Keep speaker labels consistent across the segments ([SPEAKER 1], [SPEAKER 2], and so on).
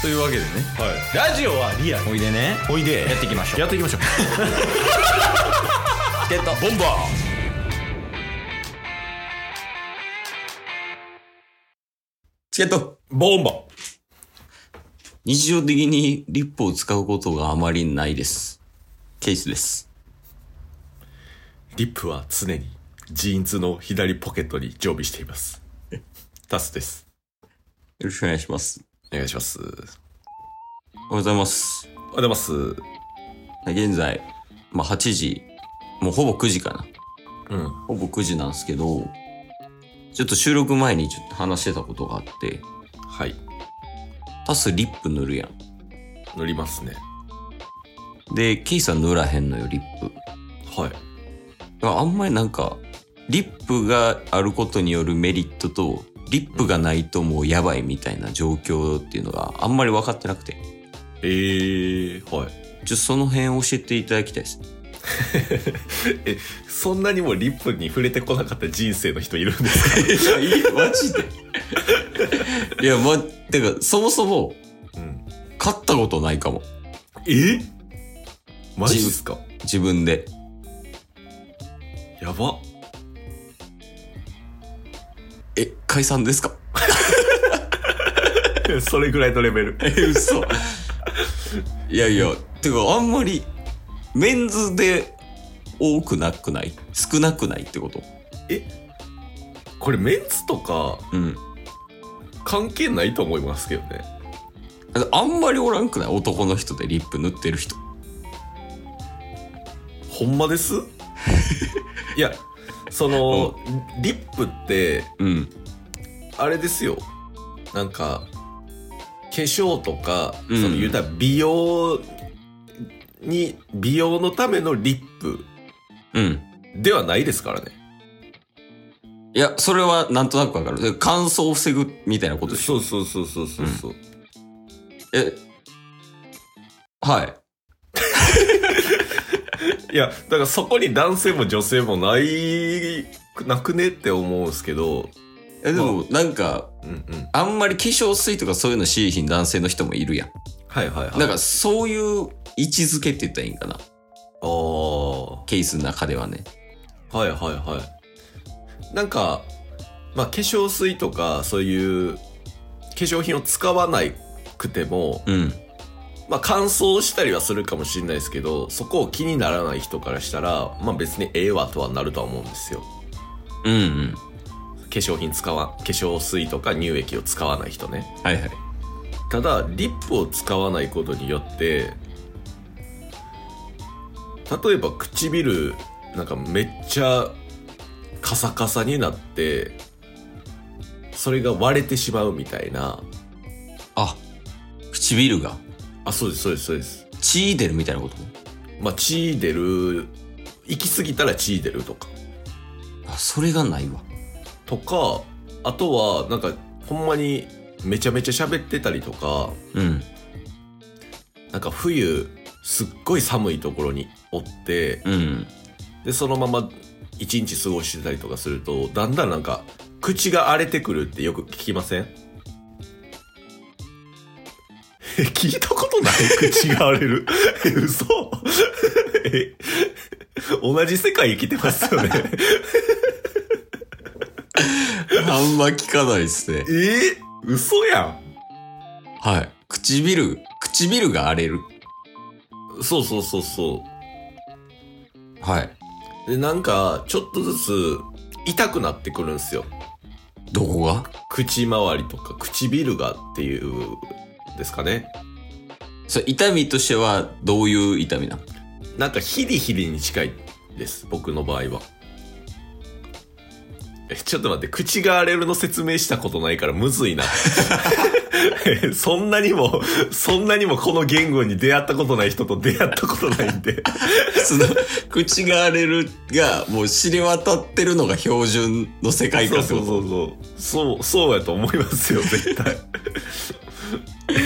[SPEAKER 1] というわけでね
[SPEAKER 2] はい、ラジオはリアル
[SPEAKER 1] おいでね
[SPEAKER 2] おいで
[SPEAKER 1] やっていきましょう
[SPEAKER 2] やっていきましょう
[SPEAKER 1] チケットボンバーチケット
[SPEAKER 2] ボンバー
[SPEAKER 1] 日常的にリップを使うことがあまりないです。ケースです。
[SPEAKER 2] リップは常にジーンズの左ポケットに常備しています タスです
[SPEAKER 1] よろしくお願いします。
[SPEAKER 2] お願いしますおはよ
[SPEAKER 1] おはようございます。
[SPEAKER 2] うございますうん
[SPEAKER 1] 現在、まあ、8時、もうほぼ9時かな。ほぼ9時なんですけど、ちょっと収録前にちょっと話してたことがあって、
[SPEAKER 2] はい
[SPEAKER 1] タスリップ塗るやん。
[SPEAKER 2] 乗りますね
[SPEAKER 1] で、ケイさん塗らへんのよ、リップ。
[SPEAKER 2] はい
[SPEAKER 1] あんまりなんか、リップがあることによるメリットと、リップがないともうやばいみたいな状況っていうのがあんまり分かってなくて。
[SPEAKER 2] えー、はい
[SPEAKER 1] ちょっとその辺教えていただきたいです。
[SPEAKER 2] えそんなにもリップに触れてこなかった人生の人いるんですか
[SPEAKER 1] マジでいや、ま、てか、そもそも、
[SPEAKER 2] うん
[SPEAKER 1] 買ったことないかも。
[SPEAKER 2] えマジっすか
[SPEAKER 1] 自分で。
[SPEAKER 2] やば
[SPEAKER 1] え、解散ですか
[SPEAKER 2] それぐらいのレベル
[SPEAKER 1] え、嘘。いやいや、てか、あんまり、メンズで多くなくない少なくないってこと
[SPEAKER 2] これメンツとか
[SPEAKER 1] うん。
[SPEAKER 2] 関係ないと思いますけどね
[SPEAKER 1] あんまりおらんくない男の人でリップ塗ってる人。
[SPEAKER 2] ほんまです いやそのリップって
[SPEAKER 1] うん。
[SPEAKER 2] あれですよなんか化粧とか、
[SPEAKER 1] うん
[SPEAKER 2] その言うたら美容に美容のためのリップ
[SPEAKER 1] うん。
[SPEAKER 2] ではないですからね
[SPEAKER 1] いや、それはなんとなくわかる。で乾燥を防ぐみたいなことでしょ
[SPEAKER 2] そうそうそうそうそうそう、
[SPEAKER 1] え、はい。
[SPEAKER 2] いやだからそこに男性も女性もないなくねって思うんですけど
[SPEAKER 1] えでも、なんか、
[SPEAKER 2] うんうん
[SPEAKER 1] あんまり化粧水とかそういうのしいひん男性の人もいるやん。
[SPEAKER 2] はいはいはい
[SPEAKER 1] なんか、そういう位置づけって言ったらいいんかな。
[SPEAKER 2] ああ
[SPEAKER 1] ケースの中ではね。
[SPEAKER 2] はいはいはい。なんか、まあ、化粧水とか、そういう、化粧品を使わなくても、
[SPEAKER 1] うん。
[SPEAKER 2] まあ、乾燥したりはするかもしれないですけど、そこを気にならない人からしたら、まあ、別にええわとはなるとは思うんですよ。
[SPEAKER 1] うんうん。
[SPEAKER 2] 化粧品使わん、化粧水とか乳液を使わない人ね。
[SPEAKER 1] はいはい。
[SPEAKER 2] ただ、リップを使わないことによって、例えば唇、なんかめっちゃカサカサになって、それが割れてしまうみたいな。
[SPEAKER 1] あ、唇が
[SPEAKER 2] あ、そうです、そうです、そうです。
[SPEAKER 1] 血出るみたいなこと
[SPEAKER 2] まあ、血出る、行き過ぎたら血出るとか。
[SPEAKER 1] あ、それがないわ。
[SPEAKER 2] とか、あとは、なんか、ほんまにめちゃめちゃ喋ってたりとか、
[SPEAKER 1] うん。
[SPEAKER 2] なんか冬、すっごい寒いところにおって、
[SPEAKER 1] うん。
[SPEAKER 2] でそのまま一日過ごしてたりとかするとだんだんなんか口が荒れてくるってよく聞きません え聞いたことない口が荒れる え嘘え同じ世界生きてますよね
[SPEAKER 1] あんま聞かないっすね
[SPEAKER 2] え。嘘や
[SPEAKER 1] はい。唇、唇が荒れ
[SPEAKER 2] ん
[SPEAKER 1] る。
[SPEAKER 2] そうそうそうそ
[SPEAKER 1] はい。
[SPEAKER 2] うでなんかちょっとずつ痛くなってくるんですよ
[SPEAKER 1] どこが
[SPEAKER 2] 口周りとか唇がっていうんですかね
[SPEAKER 1] それ痛みとしてはどういう痛みな の
[SPEAKER 2] なんかヒリヒリに近いです僕の場合はえちょっと待って口が荒れるの説明したことないからむずいな えそんなにもそんなにもこの言語に出会ったことない人と出会ったことないんで
[SPEAKER 1] その、 口が荒れるが、もう知れ渡ってるのが標準の世界
[SPEAKER 2] そ
[SPEAKER 1] 観
[SPEAKER 2] う
[SPEAKER 1] って
[SPEAKER 2] そ
[SPEAKER 1] こ
[SPEAKER 2] うそ
[SPEAKER 1] と
[SPEAKER 2] うそうそうそうやと思いますよ絶対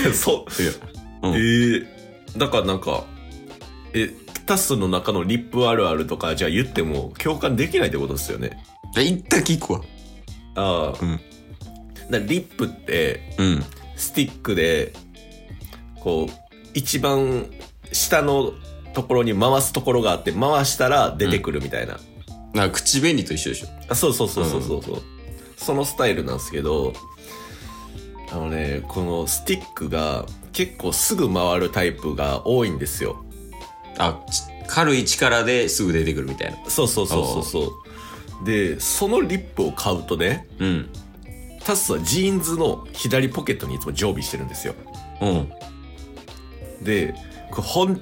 [SPEAKER 2] えそ
[SPEAKER 1] いや
[SPEAKER 2] う、
[SPEAKER 1] うん
[SPEAKER 2] えーだからなんかえタスの中のリップあるあるとかじゃあ言っても共感できないってことですよね
[SPEAKER 1] で一旦聞くわ。
[SPEAKER 2] ああ、
[SPEAKER 1] うん
[SPEAKER 2] だからリップって
[SPEAKER 1] うん。
[SPEAKER 2] スティックでこう、一番下のところに回すところがあって、回したら出てくるみたいな。
[SPEAKER 1] なんか口紅と一緒でしょ。
[SPEAKER 2] あそうそうそうそうそうそう、そのスタイルなんですけどあのねこのスティックが結構すぐ回るタイプが多いんですよ
[SPEAKER 1] あ、ち軽い力ですぐ出てくるみたいな。
[SPEAKER 2] そうそうそうそうそうでそのリップを買うとね
[SPEAKER 1] うん。
[SPEAKER 2] タスはジーンズの左ポケットにいつも常備してるんですよ
[SPEAKER 1] うん。
[SPEAKER 2] でこれ本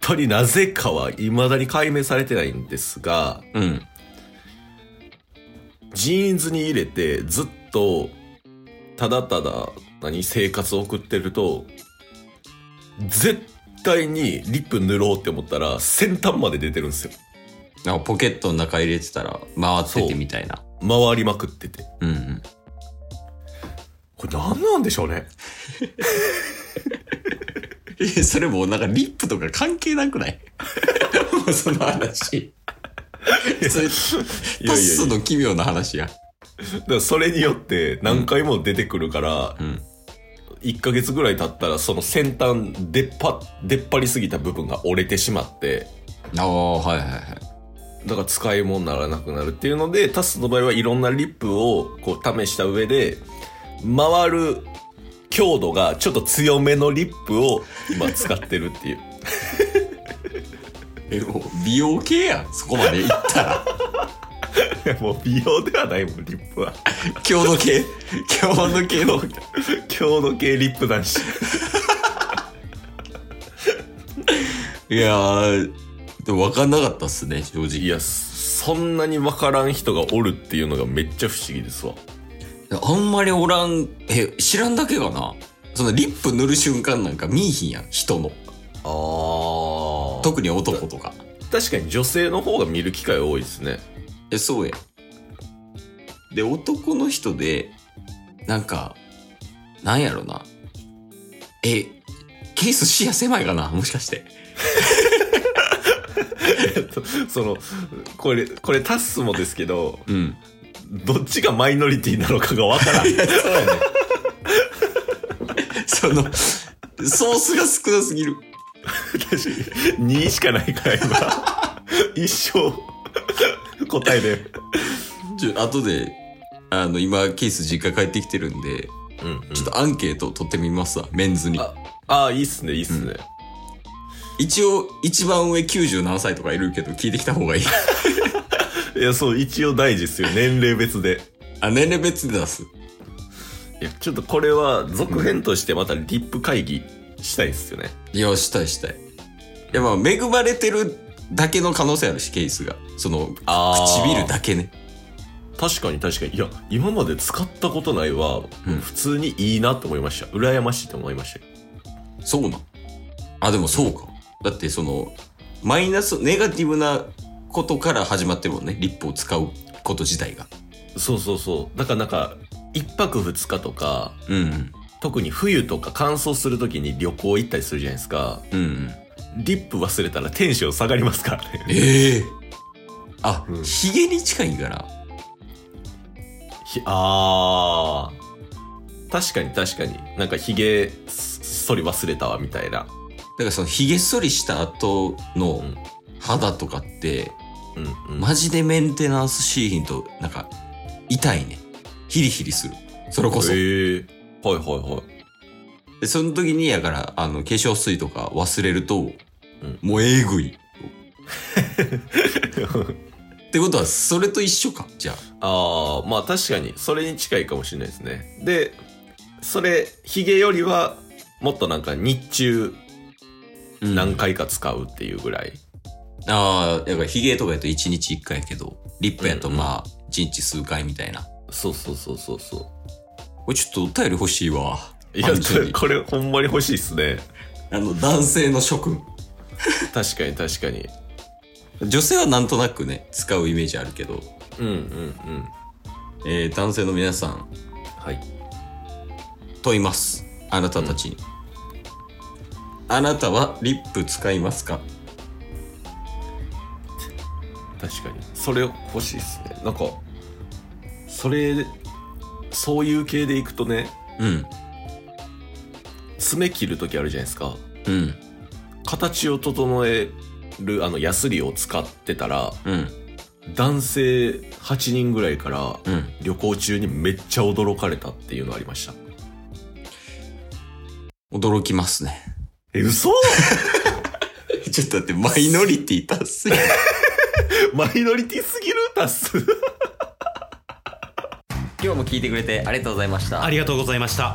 [SPEAKER 2] 当になぜかは未だに解明されてないんですが
[SPEAKER 1] うん。
[SPEAKER 2] ジーンズに入れてずっとただただ何生活を送ってると絶対にリップ塗ろうって思ったら先端まで出てるんですよ
[SPEAKER 1] なんかポケットの中入れてたら回っててみたいな。
[SPEAKER 2] 回りまくってて
[SPEAKER 1] うんうん。
[SPEAKER 2] これ何なんでしょうね
[SPEAKER 1] え、それもうなんかリップとか関係なく ないもうその話。それ、
[SPEAKER 2] いやい
[SPEAKER 1] パ
[SPEAKER 2] やいや
[SPEAKER 1] スの奇妙な話や。
[SPEAKER 2] だからそれによって何回も出てくるから、
[SPEAKER 1] うん。
[SPEAKER 2] 1ヶ月ぐらい経ったらその先端出っ張出っ張りすぎた部分が折れてしまって
[SPEAKER 1] ああ、はいはいはい。
[SPEAKER 2] だから使い物にならなくなるっていうのでタスの場合はいろんなリップをこう試した上で回る強度がちょっと強めのリップを今使ってる っていう
[SPEAKER 1] え、もう美容系やん。そこまで行 ったら。
[SPEAKER 2] いやもう美容ではないもんリップは
[SPEAKER 1] 強度系強度系の。
[SPEAKER 2] 強度系リップ男子
[SPEAKER 1] いやー、でも分かんなかったっすね、正
[SPEAKER 2] い
[SPEAKER 1] 直。
[SPEAKER 2] やそんなに分からん人がおるっていうのがめっちゃ不思議ですわ
[SPEAKER 1] あんまりおらん、え、知らんだけかなそのリップ塗る瞬間なんか見いひんやん、人の。
[SPEAKER 2] あ
[SPEAKER 1] 特に男とか。
[SPEAKER 2] 確かに女性の方が見る機会多いですね
[SPEAKER 1] え、そうや。で、男の人で、なんか、なんやろな。え、ケース視野狭いかなもしかして。
[SPEAKER 2] そのこれこれタスもですけど
[SPEAKER 1] うん。
[SPEAKER 2] どっちがマイノリティなのかが分からん
[SPEAKER 1] そうやね。その、ソースが少なすぎる。
[SPEAKER 2] 私2しか ないから今 一生答えで
[SPEAKER 1] ちょ、後で、あの、今、ケース実家帰ってきてるんで、
[SPEAKER 2] うん、
[SPEAKER 1] ちょっとアンケートを取ってみますわ、メンズに。
[SPEAKER 2] ああいいっすねいいっすね、
[SPEAKER 1] 一応、一番上97歳とかいるけど、聞いてきた方がいい。
[SPEAKER 2] いやそう一応大事っすよ年齢別で
[SPEAKER 1] あ、年齢別で出す。
[SPEAKER 2] いやちょっとこれは続編としてまたリップ会議したいっすよね、
[SPEAKER 1] いや、したいしたい。いや、まあ、恵まれてるだけの可能性あるし、ケースが。その、唇だけね。
[SPEAKER 2] 確かに確かにいや今まで使ったことないは、
[SPEAKER 1] うん
[SPEAKER 2] 普通にいいなと思いました羨ましいと思いました
[SPEAKER 1] そうなん。あ、でもそうか。だって、その、マイナス、ネガティブなことから始まってるもんね。リップを使うこと自体が。
[SPEAKER 2] そうそうそうだからなんか1泊2日とか
[SPEAKER 1] うん。
[SPEAKER 2] 特に冬とか乾燥するときに旅行行ったりするじゃないですか
[SPEAKER 1] うんうん。
[SPEAKER 2] リップ忘れたらテンション下がりますからね。
[SPEAKER 1] ええあ、
[SPEAKER 2] うん
[SPEAKER 1] ヒゲに近いから。
[SPEAKER 2] ひあー。確かに確かに。なんかヒゲ剃り忘れたわみたいな。
[SPEAKER 1] だからそのヒゲ剃りした後の
[SPEAKER 2] うん
[SPEAKER 1] 肌とかって、
[SPEAKER 2] うんうん。
[SPEAKER 1] マジでメンテナンスしーひんと、なんか、痛いね。ヒリヒリする。それこそ
[SPEAKER 2] え。ーはいはいはい。
[SPEAKER 1] で、その時に、やから、あの、化粧水とか忘れると、
[SPEAKER 2] うん
[SPEAKER 1] もうえぐ い。ってことは、それと一緒か。じゃあ。
[SPEAKER 2] あー、まあ確かにそれに近いかもしれないですね。で、それ、ヒゲよりはもっとなんか日中
[SPEAKER 1] うん
[SPEAKER 2] 何回か使うっていうぐらい。
[SPEAKER 1] ああ、やから、ヒゲとかやと1日1回やけど、リップやと
[SPEAKER 2] うんうん
[SPEAKER 1] まあ、1日数回みたいな。
[SPEAKER 2] そうそうそうそうそ
[SPEAKER 1] これちょっとお便り欲しいわ。
[SPEAKER 2] う。いや、
[SPEAKER 1] 単
[SPEAKER 2] こ
[SPEAKER 1] 純
[SPEAKER 2] れ
[SPEAKER 1] に
[SPEAKER 2] これほんまに欲しいっすね。
[SPEAKER 1] あの、男性の諸君。
[SPEAKER 2] 確かに確かに。
[SPEAKER 1] 女性はなんとなくね、使うイメージあるけど、
[SPEAKER 2] うんうんうん。
[SPEAKER 1] えー、男性の皆さん、
[SPEAKER 2] はい。
[SPEAKER 1] 問います。あなたたちに。あなたはリップ使いますか
[SPEAKER 2] 確かにそれ欲しいっすねなんかそれそういう系でいくとね
[SPEAKER 1] うん。
[SPEAKER 2] 爪切る時あるじゃないですか
[SPEAKER 1] うん。
[SPEAKER 2] 形を整えるあのヤスリを使ってたら
[SPEAKER 1] うん。
[SPEAKER 2] 男性8人ぐらいから
[SPEAKER 1] うん。
[SPEAKER 2] 旅行中にめっちゃ驚かれたっていうのありました
[SPEAKER 1] 驚きますね。
[SPEAKER 2] え嘘
[SPEAKER 1] ちょっと待って、マイノリティ達成。
[SPEAKER 2] マイノリティすぎるタス
[SPEAKER 1] 今日も聞いてくれてありがとうございました
[SPEAKER 3] あ。りがとうございました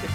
[SPEAKER 3] す